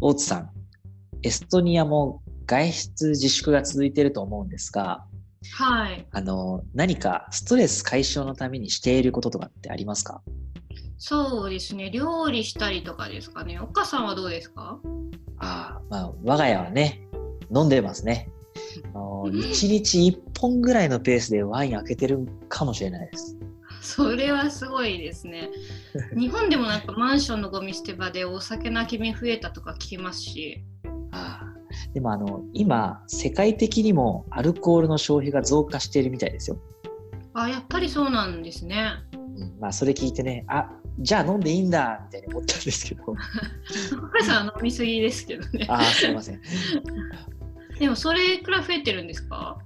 大津さん、エストニアも外出自粛が続いていると思うんですが、はい、あの、何かストレス解消のためにしていることとかってありますかそうですね。料理したりとかですかね。お母さんはどうですか？ああ、まあ、我が家はね、飲んでますね。あの1日1本ぐらいのペースでワイン開けてるかもしれないです。それはすごいです ね。日本でもなんかマンションのゴミ捨て場でお酒の空き瓶増えたとか聞きますし、ああでもあの、今、世界的にもアルコールの消費が増加しているみたいですよ。あ、やっぱりそうなんですね。うん、まあ、それ聞いてね、あじゃあ飲んでいいんだ、みたいに思ったんです けど。お母さんは飲みすぎですけどね。ああ、すいません。でもそれくらい増えてるんですか？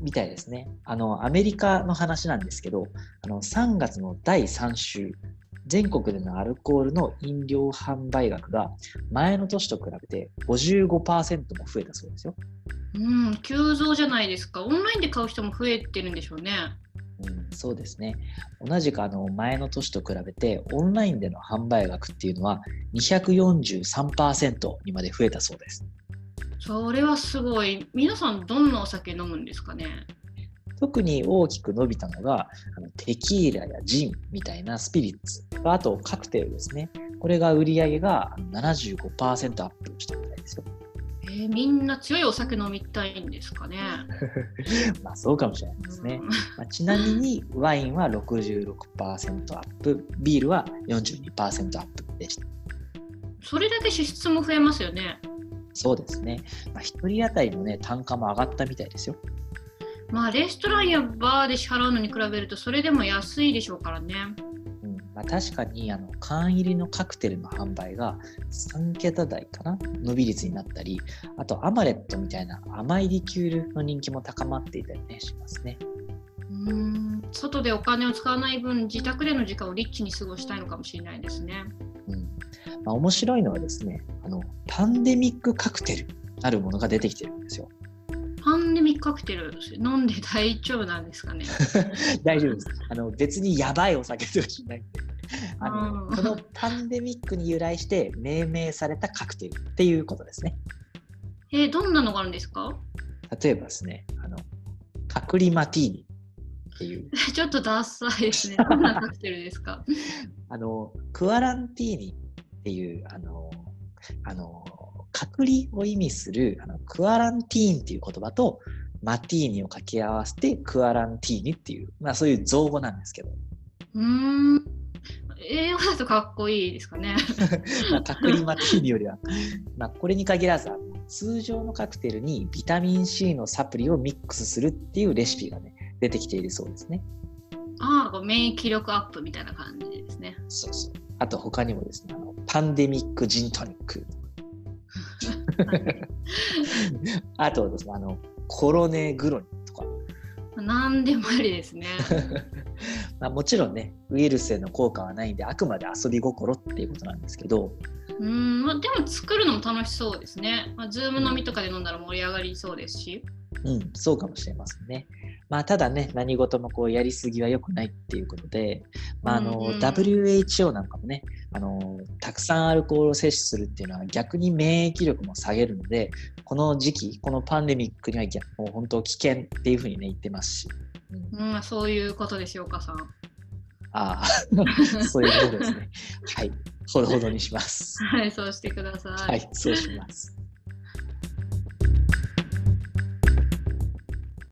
みたいですね。あの、アメリカの話なんですけど、あの、3月の第3週、全国でのアルコールの飲料販売額が前の年と比べて55%も増えたそうですよ。うん、急増じゃないですか。オンラインで買う人も増えてるんでしょうね。うん、そうですね。同じくあの前の年と比べてオンラインでの販売額っていうのは243%にまで増えたそうです。それはすごい。皆さんどんなお酒飲むんですかね？特に大きく伸びたのがあのテキーラやジンみたいなスピリッツあとカクテルですねこれが売り上げがあの75%アップしたみたいですよえーみんな強いお酒飲みたいんですかね。まあそうかもしれないですね、まあ、ちなみにワインは66%アップビールは42%アップでしたうんそれだけ支出も増えますよね。そうですね、まあ、1人当たりのね単価も上がったみたいですよまあレストランやバーで支払うのに比べるとそれでも安いでしょうからね。うんまあ、確かにあの缶入りのカクテルの販売が3桁台かな伸び率になったりあとアマレットみたいな甘いリキュールの人気も高まっていたり、ね、しますねうーん外でお金を使わない分自宅での時間をリッチに過ごしたいのかもしれないですね。うんまあ、面白いのはですねあのパンデミックカクテルなるものが出てきてるんですよ パンデミックカクテル飲んで大丈夫なんですかね。大丈夫ですあの別にやばいお酒とかしないんで あのうんこのパンデミックに由来して命名されたカクテルっていうことですねえーどんなのがあるんですか？ 例えばですねあのカクリマティーニっていうちょっとダサいで すね。どんなカクテルですか？あの、クアランティーニっていう、あの、あの、隔離を意味する、あの、クアランティーンっていう言葉と、マティーニを掛け合わせて、クアランティーニっていう、まあそういう造語なんですけど、うーん。英語だとかっこいいですかね。 まあ、隔離マティーニよりは、まあこれに限らず、あの通常のカクテルにビタミン C のサプリをミックスするっていうレシピがね、出てきているそうですね。ああ、こう免疫力アップみたいな感じですね。そうそう。あと他にもですね、あのパンデミックジントニック あとはですね、あの、コロネグロニとか、なんでもありですね。まあ、もちろんね、ウイルスへの効果はないんで、あくまで遊び心っていうことなんですけど、うーん、まあ、でも作るのも楽しそうですね。まあ、ズーム飲みとかで飲んだら盛り上がりそうですし。うん、そうかもしれませんね。まあ、ただね、何事もこうやりすぎは良くないっていうことで、まあ、あの、うんうん WHO なんかもね、あの、たくさんアルコールを摂取するっていうのは逆に免疫力も下げるので、この時期、このパンデミックには逆もう本当危険っていうふうにね、言ってますし。うんうん、まあそういうことですよ、お母さん。 ああ、そういうことですね。はい、ほどほどにします。はい、そうしてください。はい、そうします。